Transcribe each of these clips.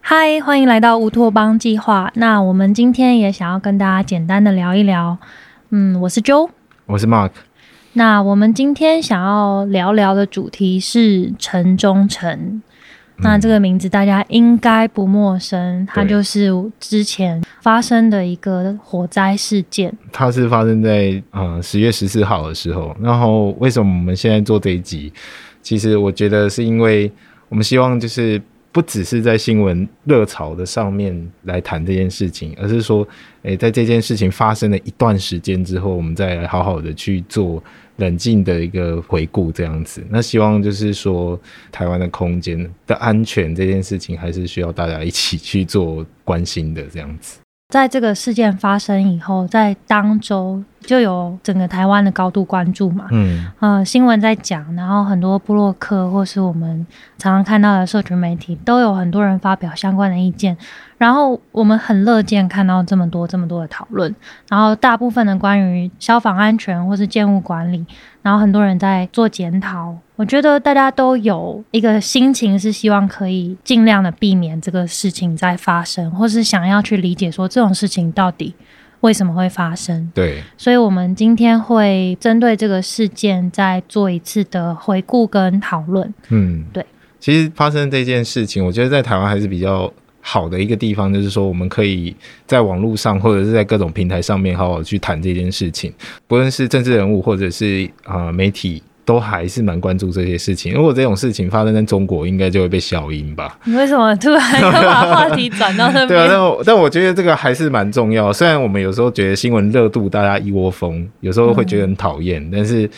嗨，欢迎来到乌托邦计划。那我们今天也想要跟大家简单的聊一聊。嗯，我是 Joe。我是 Mark，那我们今天想要聊聊的主题是城中城。嗯那这个名字大家应该不陌生，它对就是之前发生的一个火灾事件。它是发生在呃十月十四号的时候。然后为什么我们现在做这一集？其实我觉得是因为我们希望就是不只是在新闻热潮的上面来谈这件事情，而是说，诶、在这件事情发生了一段时间之后，我们再来好好的去做冷静的一个回顾，这样子。那希望就是说，台湾的空间的安全这件事情，还是需要大家一起去做关心的这样子。在这个事件发生以后，在当周就有整个台湾的高度关注嘛。嗯，呃，新闻在讲，然后很多部落客或是我们常常看到的社群媒体，都有很多人发表相关的意见。然后我们很乐见看到这么多这么多的讨论，然后大部分的关于消防安全或是建物管理，然后很多人在做检讨。我觉得大家都有一个心情是希望可以尽量的避免这个事情再发生，或是想要去理解说这种事情到底为什么会发生。对。所以，我们今天会针对这个事件再做一次的回顾跟讨论。嗯，对。其实发生这件事情，我觉得在台湾还是比较好的一个地方，就是说我们可以在网络上或者是在各种平台上面好好地去谈这件事情，不论是政治人物或者是啊、呃媒体。都还是蛮关注这些事情。如果这种事情发生在中国，应该就会被消音吧？你为什么突然又把话题转到那对边？啊，但我但我觉得这个还是蛮重要。虽然我们有时候觉得新闻热度大家一窝蜂，有时候会嗯觉得很讨厌，但是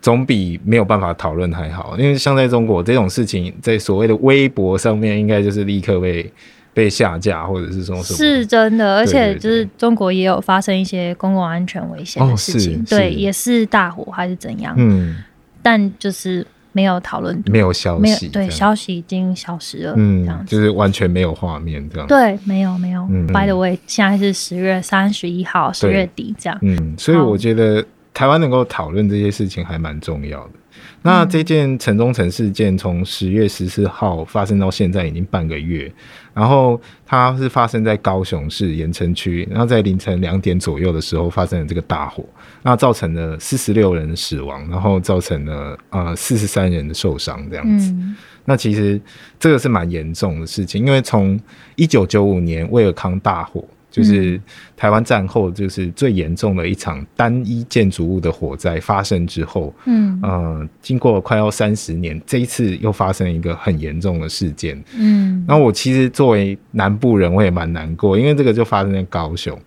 总比没有办法讨论还好。因为像在中国这种事情，在所谓的微博上面，应该就是立刻被被下架或者是说什 么。是真的，而对且对就是中国也有发生一些公共安全危险的哦事情，是对，是也是大火还是怎样，嗯，但就是没有讨论，没有消息，没有这对样消息已经消失了，这样嗯，子。就是完全没有画面这样。对，没有没有。嗯 By the way，现在是十月三十一号，十对月底这样。嗯，所以好我觉得台湾能够讨论这些事情还蛮重要的。嗯那这件城中城事件从十月十四号发生到现在已经半个月，然后它是发生在高雄市盐城区，然后在凌晨两点左右的时候发生了这个大火，那造成了四十六人死亡，然后造成了呃四十三人的受伤这样子。嗯那其实这个是蛮严重的事情，因为从一九九五年威尔康大火，就是台湾战后就是最严重的一场单一建筑物的火灾发生之后，嗯呃，经过快要三十年，这一次又发生一个很严重的事件。嗯那我其实作为南部人，我也蛮难过，因为这个就发生在高雄。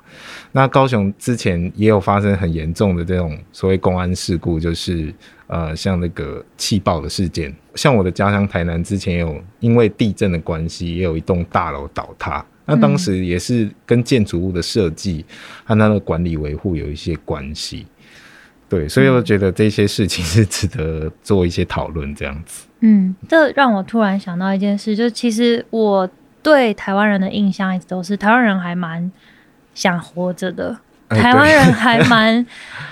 那高雄之前也有发生很严重的这种所谓公安事故，就是呃，像那个气爆的事件。像我的家乡台南之前也有因为地震的关系，也有一栋大楼倒塌。那嗯当时也是跟建筑物的设计和它的管理维护有一些关系。对，所以嗯我觉得这些事情是值得做一些讨论，这样子。嗯，这让我突然想到一件事，就其实我对台湾人的印象一直都是台湾人还蛮想活着的，哎台湾对 人还蛮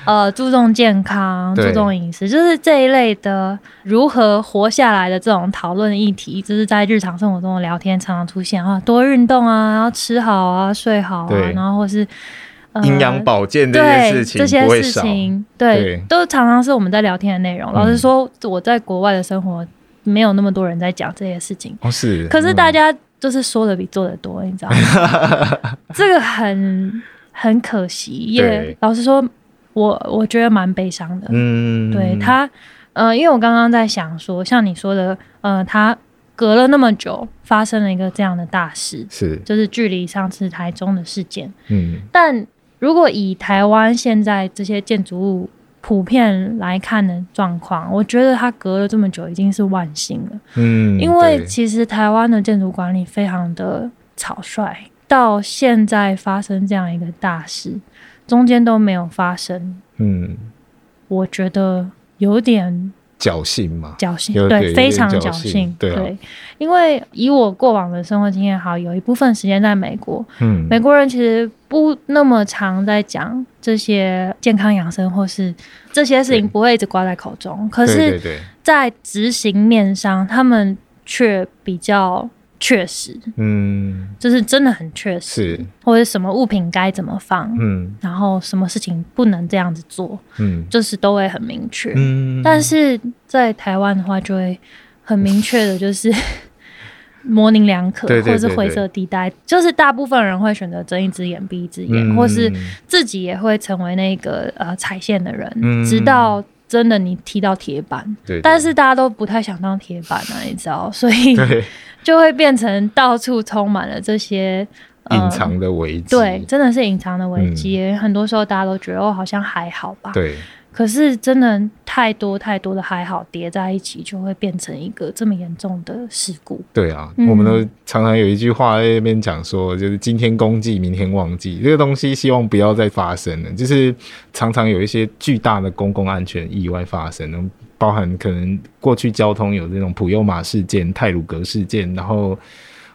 呃注重健康、对注重饮食，就是这一类的如何活下来的这种讨论议题，就是在日常生活中的聊天常常出现啊，多运动啊，然后吃好啊，睡好啊对，然后或是呃营养保健这件对事这情些不会事少。情，对，对都常常是我们在聊天的内容。老实嗯说，我在国外的生活没有那么多人在讲这些事情，哦，是。可是嗯大家就是说的比做的多，你知道吗？ 这个很很可惜，也对老实说，我我觉得蛮悲伤的。嗯，对他，呃，因为我刚刚在想说，像你说的，呃，他隔了那么久，发生了一个这样的大事，是，就是距离上次台中的事件。嗯，但如果以台湾现在这些建筑物普遍来看的状况，我觉得它隔了这么久已经是万幸了，嗯，因为对其实台湾的建筑管理非常的草率，到现在发生这样一个大事，中间都没有发生，嗯我觉得有点侥幸嘛，侥幸，有对，点非有点常侥侥幸幸，对啊因为以我过往的生活经验，好，有一部分时间在美国，嗯，美国人其实不那么常在讲这些健康养生或是这些事情，对不会一直挂在口中。可对是，对对，在执行面上，他们却比较确实，嗯，就是真的很确实，是，或者什么物品该怎么放，嗯然后什么事情不能这样子做，嗯就是都会很明确。嗯，但是在台湾的话，就会很明确的，就是 模棱两可，对对或对是灰色地带。就是大部分人会选择睁一只眼闭一只眼，嗯或是自己也会成为那个呃踩线的人，嗯直到真的你踢到铁板。对，对但是大家都不太想当铁板啊，你知道，所以对 就会变成到处充满了这些呃隐藏的危机，嗯对，真的是隐藏的危机耶。很多时候大家都觉得哦，好像还好吧。对可是真的太多太多的还好叠在一起，就会变成一个这么严重的事故。对啊，嗯我们都常常有一句话在那边讲说，就是今天公祭，明天忘记，这个东西希望不要再发生了。就是常常有一些巨大的公共安全意外发生，然后包含可能过去交通有这种普悠马事件、泰鲁格事件，然后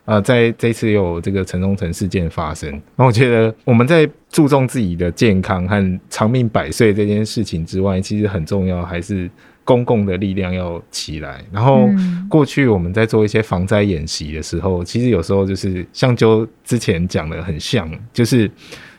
呃，在 这次有这个城中城事件发生。那我觉得我们在注重自己的健康和长命百岁这件事情之外，其实很重要还是公共的力量要起来。然后嗯过去我们在做一些防灾演习的时候，其实有时候就是像就之前讲的很像，就是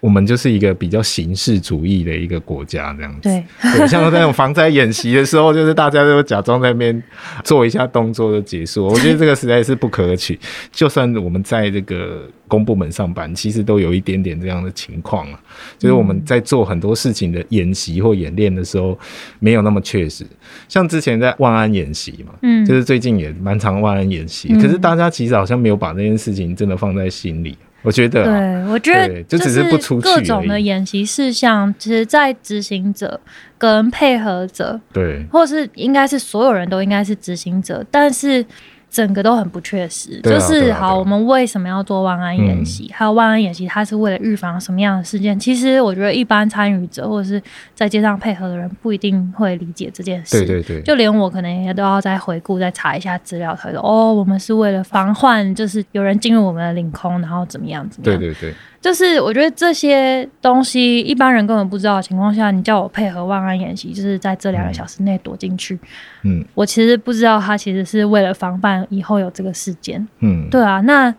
我们就是一个比较形式主义的一个国家这样子。对，对，像那种防灾演习的时候，就是大家都假装在那边做一下动作就结束。我觉得这个实在是不可取。就算我们在这个公部门上班，其实都有一点点这样的情况啊，就是我们在做很多事情的演习或演练的时候，没有那么确实。像之前在万安演习嘛，嗯，就是最近也蛮常万安演习，嗯可是大家其实好像没有把这件事情真的放在心里。我觉得、啊，对，我觉得对就只是不出去各种而的已演习事项，其实在执行者跟配合者，对或是应该是所有人都应该是执行者，但是整个都很不确实。对啊就是、对啊嗯对好，啊我们为什么要做万安演习？还有万安演习，它是为了预防什么样的事件？其实我觉得一般参与者或者是在街上配合的人不一定会理解这件事。对对对，就连我可能也都要再回顾、再查一下资料，才会说哦，我们是为了防患，就是有人进入我们的领空，然后怎么样怎么对样。对对，就是我觉得这些东西一般人根本不知道的情况下，你叫我配合万安演习，就是在这两个小时内躲进去，嗯我其实不知道他其实是为了防范以后有这个事件。嗯，对啊，那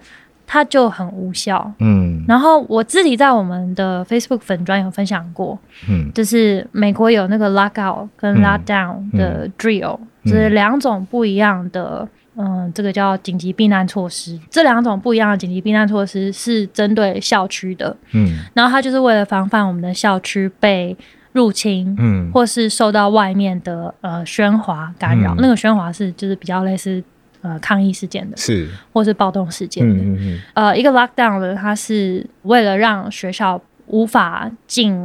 他就很无效。嗯然后我自己在我们的 Facebook 粉专有分享过，嗯就是美国有那个 lockout 跟嗯 lockdown 的 drill，、嗯就是两种不一样的，嗯，这个叫紧急避难措施。这两种不一样的紧急避难措施是针对校区的，嗯然后它就是为了防范我们的校区被入侵，嗯，或是受到外面的呃喧哗干扰。嗯那个喧哗是就是比较类似呃抗议事件的，是，或是暴动事件的。嗯嗯呃，一个 lockdown 呢，它是为了让学校无法进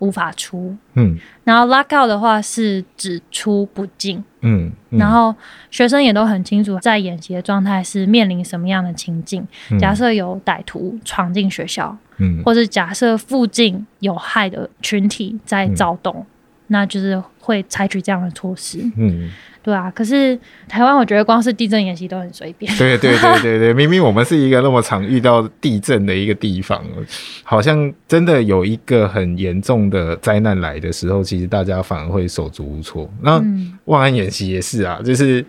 无法出，嗯然后 lockout 的话是只出不进。嗯嗯，然后学生也都很清楚，在演习的状态是面临什么样的情境。嗯假设有歹徒闯进学校，嗯或是假设附近有害的群体在躁动，那就是会采取这样的措施，嗯，对啊。可是台湾，我觉得光是地震演习都很随便，对对对对对，明明我们是一个那么常遇到地震的一个地方，好像真的有一个很严重的灾难来的时候，其实大家反而会手足无措。那、嗯，万安演习也是啊，就是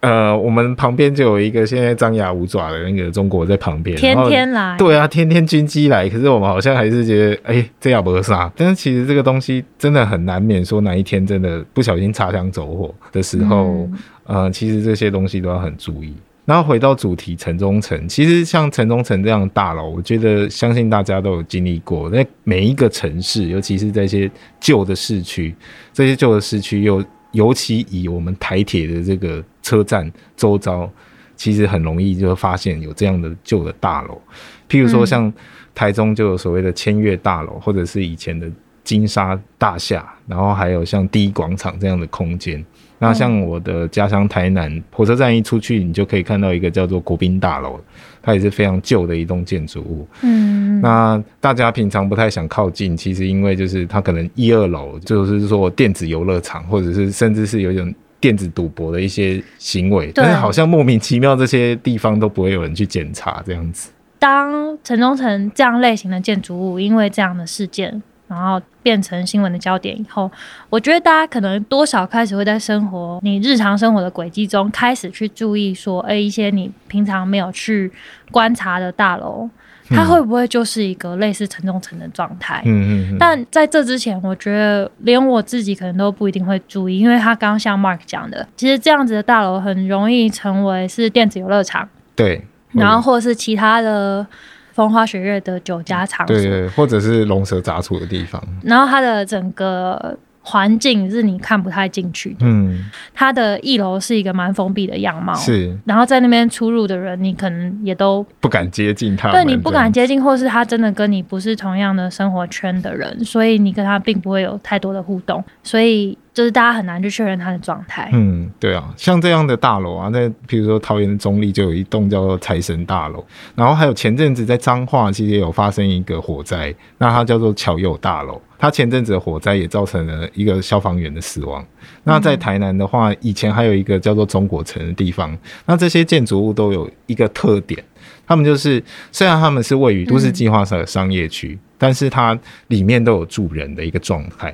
呃，我们旁边就有一个现在张牙舞爪的那个中国在旁边，天然后天来，对啊，天天军机来，可是我们好像还是觉得，哎、这要不啥？但是其实这个东西真的很难免，说哪一天真的不小心擦枪走火的时候，嗯呃，其实这些东西都要很注意。然后回到主题，城中城，其实像城中城这样的大楼，我觉得相信大家都有经历过。在每一个城市，尤其是在一些旧的市区，这些旧的市区又尤其以我们台铁的这个车站周遭，其实很容易就发现有这样的旧的大楼。譬如说嗯像台中就有所谓的千悦大楼，或者是以前的金沙大厦，然后还有像第一广场这样的空间。嗯那像我的家乡台南，火车站一出去，你就可以看到一个叫做国宾大楼，它也是非常旧的一栋建筑物。嗯，那大家平常不太想靠近，其实因为就是它可能一二楼就是说电子游乐场，或者是甚至是有一种电子赌博的一些行为，但是好像莫名其妙这些地方都不会有人去检查这样子。当城中城这样类型的建筑物因为这样的事件。然后变成新闻的焦点以后，我觉得大家可能多少开始会在生活你日常生活的轨迹中开始去注意说，哎，一些你平常没有去观察的大楼，它嗯会不会就是一个类似城中城的状态？嗯嗯嗯，但在这之前，我觉得连我自己可能都不一定会注意，因为他刚刚像 Mark 讲的，其实这样子的大楼很容易成为是电子游乐场，对，然后或者是其他的风花雪月的酒家场所，对对，或者是龙蛇杂处的地方，然后它的整个环境是你看不太进去的，嗯，它的一楼是一个蛮封闭的样貌。是然后在那边出入的人，你可能也都不敢接近他对们，你不敢这接近，或是他真的跟你不是同样的生活圈的人，所以你跟他并不会有太多的互动，所以就是大家很难去确认他的状态。样，嗯，对啊，像这样的大楼啊，在譬如说桃园的中立就有一栋叫做财神大楼，然后还有前阵子在彰化其实也有发生一个火灾，那它叫做巧友大楼，它前阵子的火灾也造成了一个消防员的死亡。那在台南的话，以前还有一个叫做中国城的地方，那这些建筑物都有一个特点，他们就是虽然他们是位于都市计划上的商业嗯区，但是它里面都有住人的一个状态，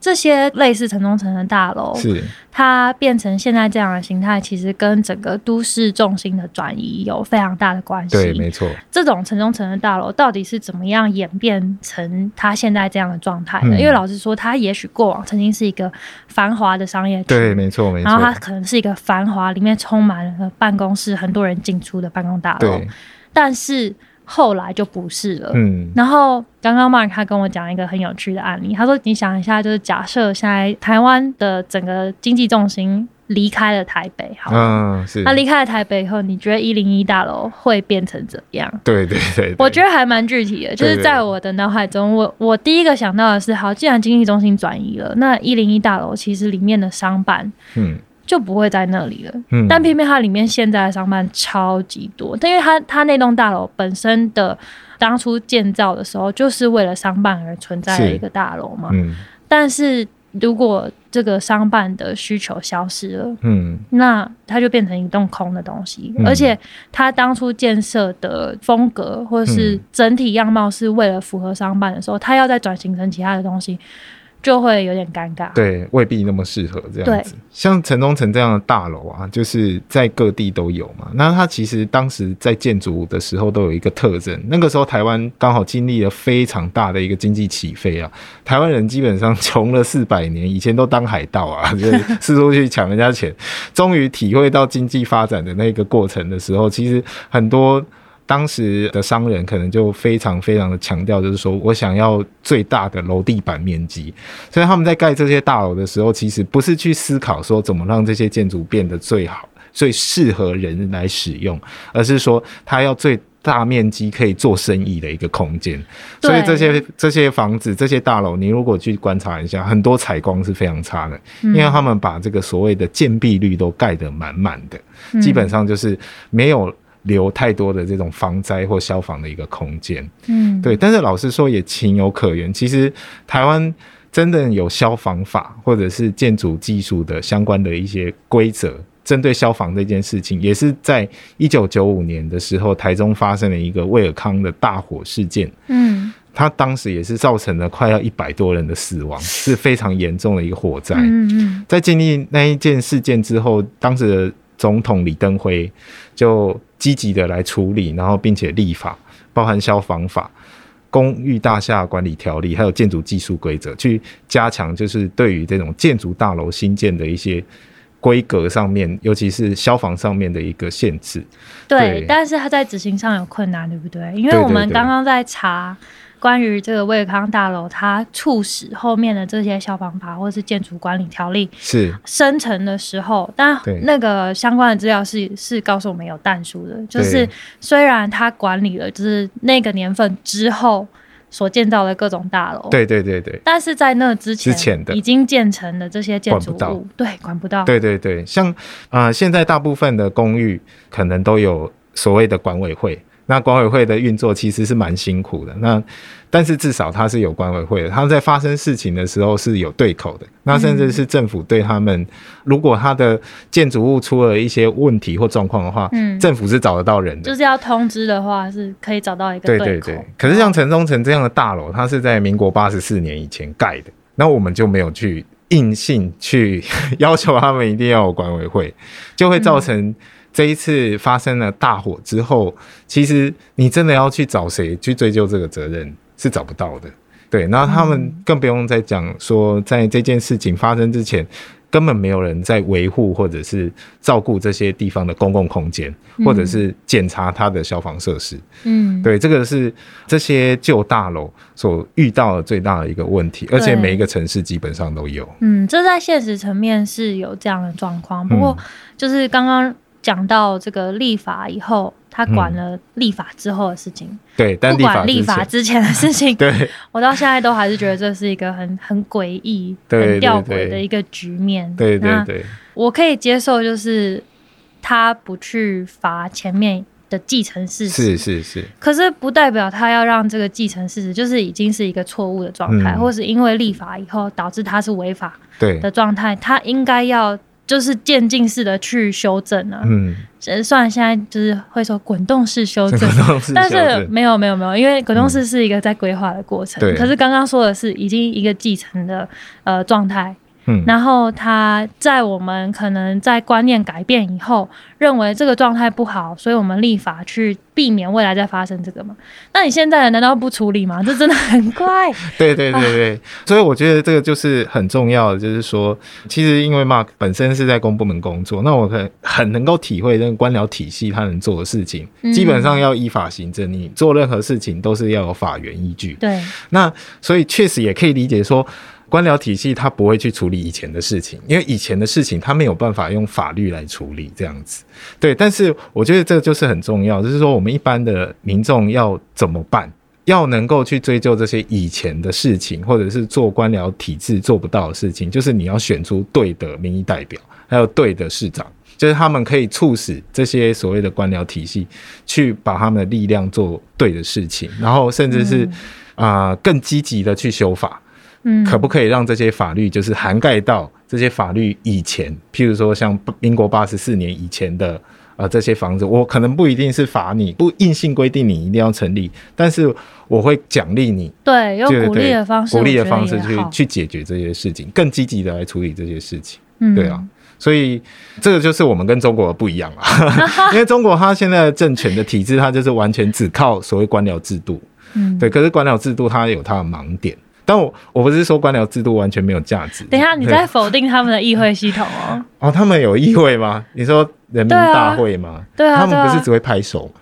这些类似城中城的大楼，是它变成现在这样的形态，其实跟整个都市重心的转移有非常大的关系。对，没错，这种城中城的大楼到底是怎么样演变成它现在这样的状态呢？嗯因为老实说，它也许过往曾经是一个繁华的商业区，对，没错，没然后它错，可能是一个繁华，里面充满了办公室，很多人进出的办公大楼对，，但是后来就不是了。嗯，然后刚刚 Mark 他跟我讲一个很有趣的案例，他说你想一下，就是假设现在台湾的整个经济重心离开了台北，好了，嗯，是他，离开了台北以后，你觉得一零一大楼会变成怎样？对对对，我觉得还蛮具体的，就对是在我的脑海中，我我第一个想到的是，好，既然经济中心转移了，那一零一大楼其实里面的商办得，嗯就不会在那里了。嗯，但偏偏它里面现在的商办超级多，但因为它它那栋大楼本身的当初建造的时候，就是为了商办而存在的是一个大楼嘛。嗯但是如果这个商办的需求消失了，嗯那它就变成一栋空的东西，嗯而且它当初建设的风格或是嗯整体样貌是为了符合商办的时候，它要再转型成其他的东西，就会有点尴尬。对，未必那么适合这对样子。像城中城这样的大楼啊，就是在各地都有嘛。那它其实当时在建筑的时候都有一个特征，那个时候台湾刚好经历了非常大的一个经济起飞啊，台湾人基本上穷了四百年，以前都当海盗啊，就是四处去抢人家钱。终于体会到经济发展的那个过程的时候，其实很多。当时的商人可能就非常非常的强调，就是说我想要最大的楼地板面积，所以他们在盖这些大楼的时候，其实不是去思考说怎么让这些建筑变得最好、最适合人来使用，而是说它要最大面积可以做生意的一个空间。对所以这些这些房子、这些大楼，你如果去观察一下，很多采光是非常差的，嗯因为他们把这个所谓的建蔽率都盖得满满的，嗯基本上就是没有留太多的这种防灾或消防的一个空间。嗯，对，但是老实说也情有可原。其实台湾真的有消防法或者是建筑技术的相关的一些规则，针对消防这件事情，也是在一九九五年的时候，台中发生了一个威尔康的大火事件。嗯它当时也是造成了快要一百多人的死亡，是非常严重的一个火灾。嗯嗯在经历那一件事件之后，当时的总统李登辉就积极的来处理，然后并且立法，包含消防法、公寓大厦管理条例，还有建筑技术规则，去加强就是对于这种建筑大楼新建的一些规格上面，尤其是消防上面的一个限制。对对，但是它在执行上有困难，对不对？因为对对我们对刚刚在查关于这个卫康大楼，它促使后面的这些消防法或是建筑管理条例是，生成的时候，但对那个相关的资料是是告诉我们有淡书的，就是对虽然它管理了就是那个年份之后所建造的各种大楼，，对对对对。但是在那之前之前的已经建成的这些建筑管不物，对，管不到，对对对，像啊、呃现在大部分的公寓可能都有所谓的管委会，那管委会的运作其实是蛮辛苦的。那但是至少它是有管委会的，它在发生事情的时候是有对口的。那甚至是政府对他们，如果他的建筑物出了一些问题或状况的话，嗯政府是找得到人的就。是要通知的话，是可以找到一个对对对口嗯对，可是像城中城这样的大楼，它是在民国八十四年以前盖的，那我们就没有去硬性去要求他们一定要有管委会，就会造成这一次发生了大火之后，其实你真的要去找谁去追究这个责任是找不到的。对，然嗯后他们更不用再讲说，在这件事情发生之前，根本没有人在维护或者是照顾这些地方的公共空间，或者是检查它的消防设施。嗯，对，这个是这些旧大楼所遇到的最大的一个问题，而且每一个城市基本上都有。嗯，这在现实层面是有这样的状况。不过嗯，就是刚刚讲到这个立法以后，他管了立法之后的事情，对，嗯但不立法管之立法前之前的事情 ，对我到现在都还是觉得这是一个很很诡异、对对很吊对诡的一个局面。对那对对我可以接受，就是他不去罚前面的继承事实，是是是，可是不代表他要让这个继承事实就是已经是一个错误的状态，嗯或是因为立法以后导致他是违法对，的状态，他应该要就是渐进式的去修正啊。嗯，呃虽然现在就是会说滚动式修 这正个，都是但修是正没有没有没有，因为滚动式是一个在规划的过程，对可是刚刚说的是已经一个继承的呃状态，嗯，然后他在我们可能在观念改变以后，认为这个状态不好，所以我们立法去避免未来再发生这个嘛。那你现在的难道不处理吗？这真的很怪。对对对啊对，所以我觉得这个就是很重要的，就是说，其实因为 Mark 本身是在公部门工作，那我很很能够体会那个官僚体系他能做的事情，嗯基本上要依法行政，你做任何事情都是要有法源依据。对，那所以确实也可以理解说，官僚体系它不会去处理以前的事情，因为以前的事情它没有办法用法律来处理这样子。对，但是我觉得这就是很重要，就是说我们一般的民众要怎么办？要能够去追究这些以前的事情，或者是做官僚体制做不到的事情，就是你要选出对的民意代表，还有对的市长，就是他们可以促使这些所谓的官僚体系去把他们的力量做对的事情，然后甚至是嗯啊、更积极的去修法，嗯，可不可以让这些法律就是涵盖到这些法律以前，譬如说像英国八十四年以前的呃这些房子，我可能不一定是罚你，不硬性规定你一定要成立，但是我会奖励你，对用对鼓励的方式，鼓励的我觉得方式也去好去解决这些事情，更积极的来处理这些事情。嗯对啊，所以这个就是我们跟中国不一样啦， 因为中国它现在的政权的体制，它就是完全只靠所谓官僚制度。嗯，对，可是官僚制度它有它的盲点，但我我不是说官僚制度完全没有价值。等一下，你对在否定他们的议会系统哦？哦，他们有议会吗？你说人民对啊大会吗？对啊他们不对是啊只会拍手吗？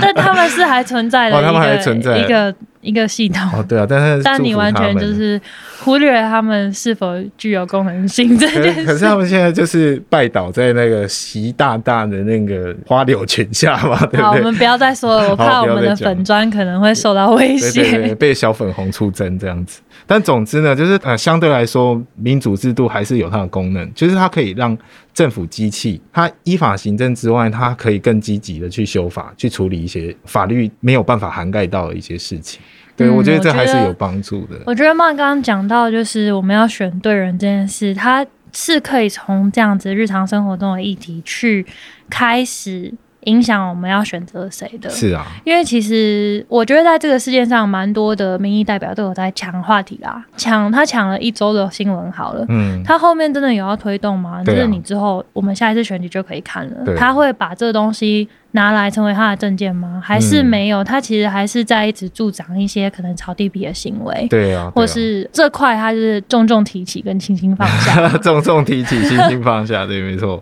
但他们是还存在的一 哦个、他们还存在一个一个系统。哦，对啊，但是但祝你福完他全们就是忽略他们是否具有功能性这可 件是事。可是他们现在就是拜倒在那个习大大的那个花柳裙下嘛，对好，不我对？们不要再说了，我 好怕我不要们再的讲粉砖可能会受到威对胁。对对，被小粉红出征这样子。但总之呢，就是呃，相对来说，民主制度还是有它的功能，就是它可以让政府机器它依法行政之外，它可以更积极的去修法，去处理一些法律没有办法涵盖到的一些事情。对，嗯我觉得这我觉还得是有帮助的。 我觉得曼刚刚讲到，就是我们要选对人这件事，他是可以从这样子日常生活中的议题去开始影响我们要选择谁的。是啊，因为其实我觉得在这个世界上，蛮多的民意代表都有在抢话题啦，抢他抢了一周的新闻好了，嗯，他后面真的有要推动吗？就对啊是你之后我们下一次选举就可以看对了，他会把这个东西拿来成为他的证件吗？还是嗯没有？他其实还是在一直助长一些可能炒地皮的行为，对啊，对或啊 。是这块他是重重提起跟轻轻放下 重重提起，轻轻放下，对，没错。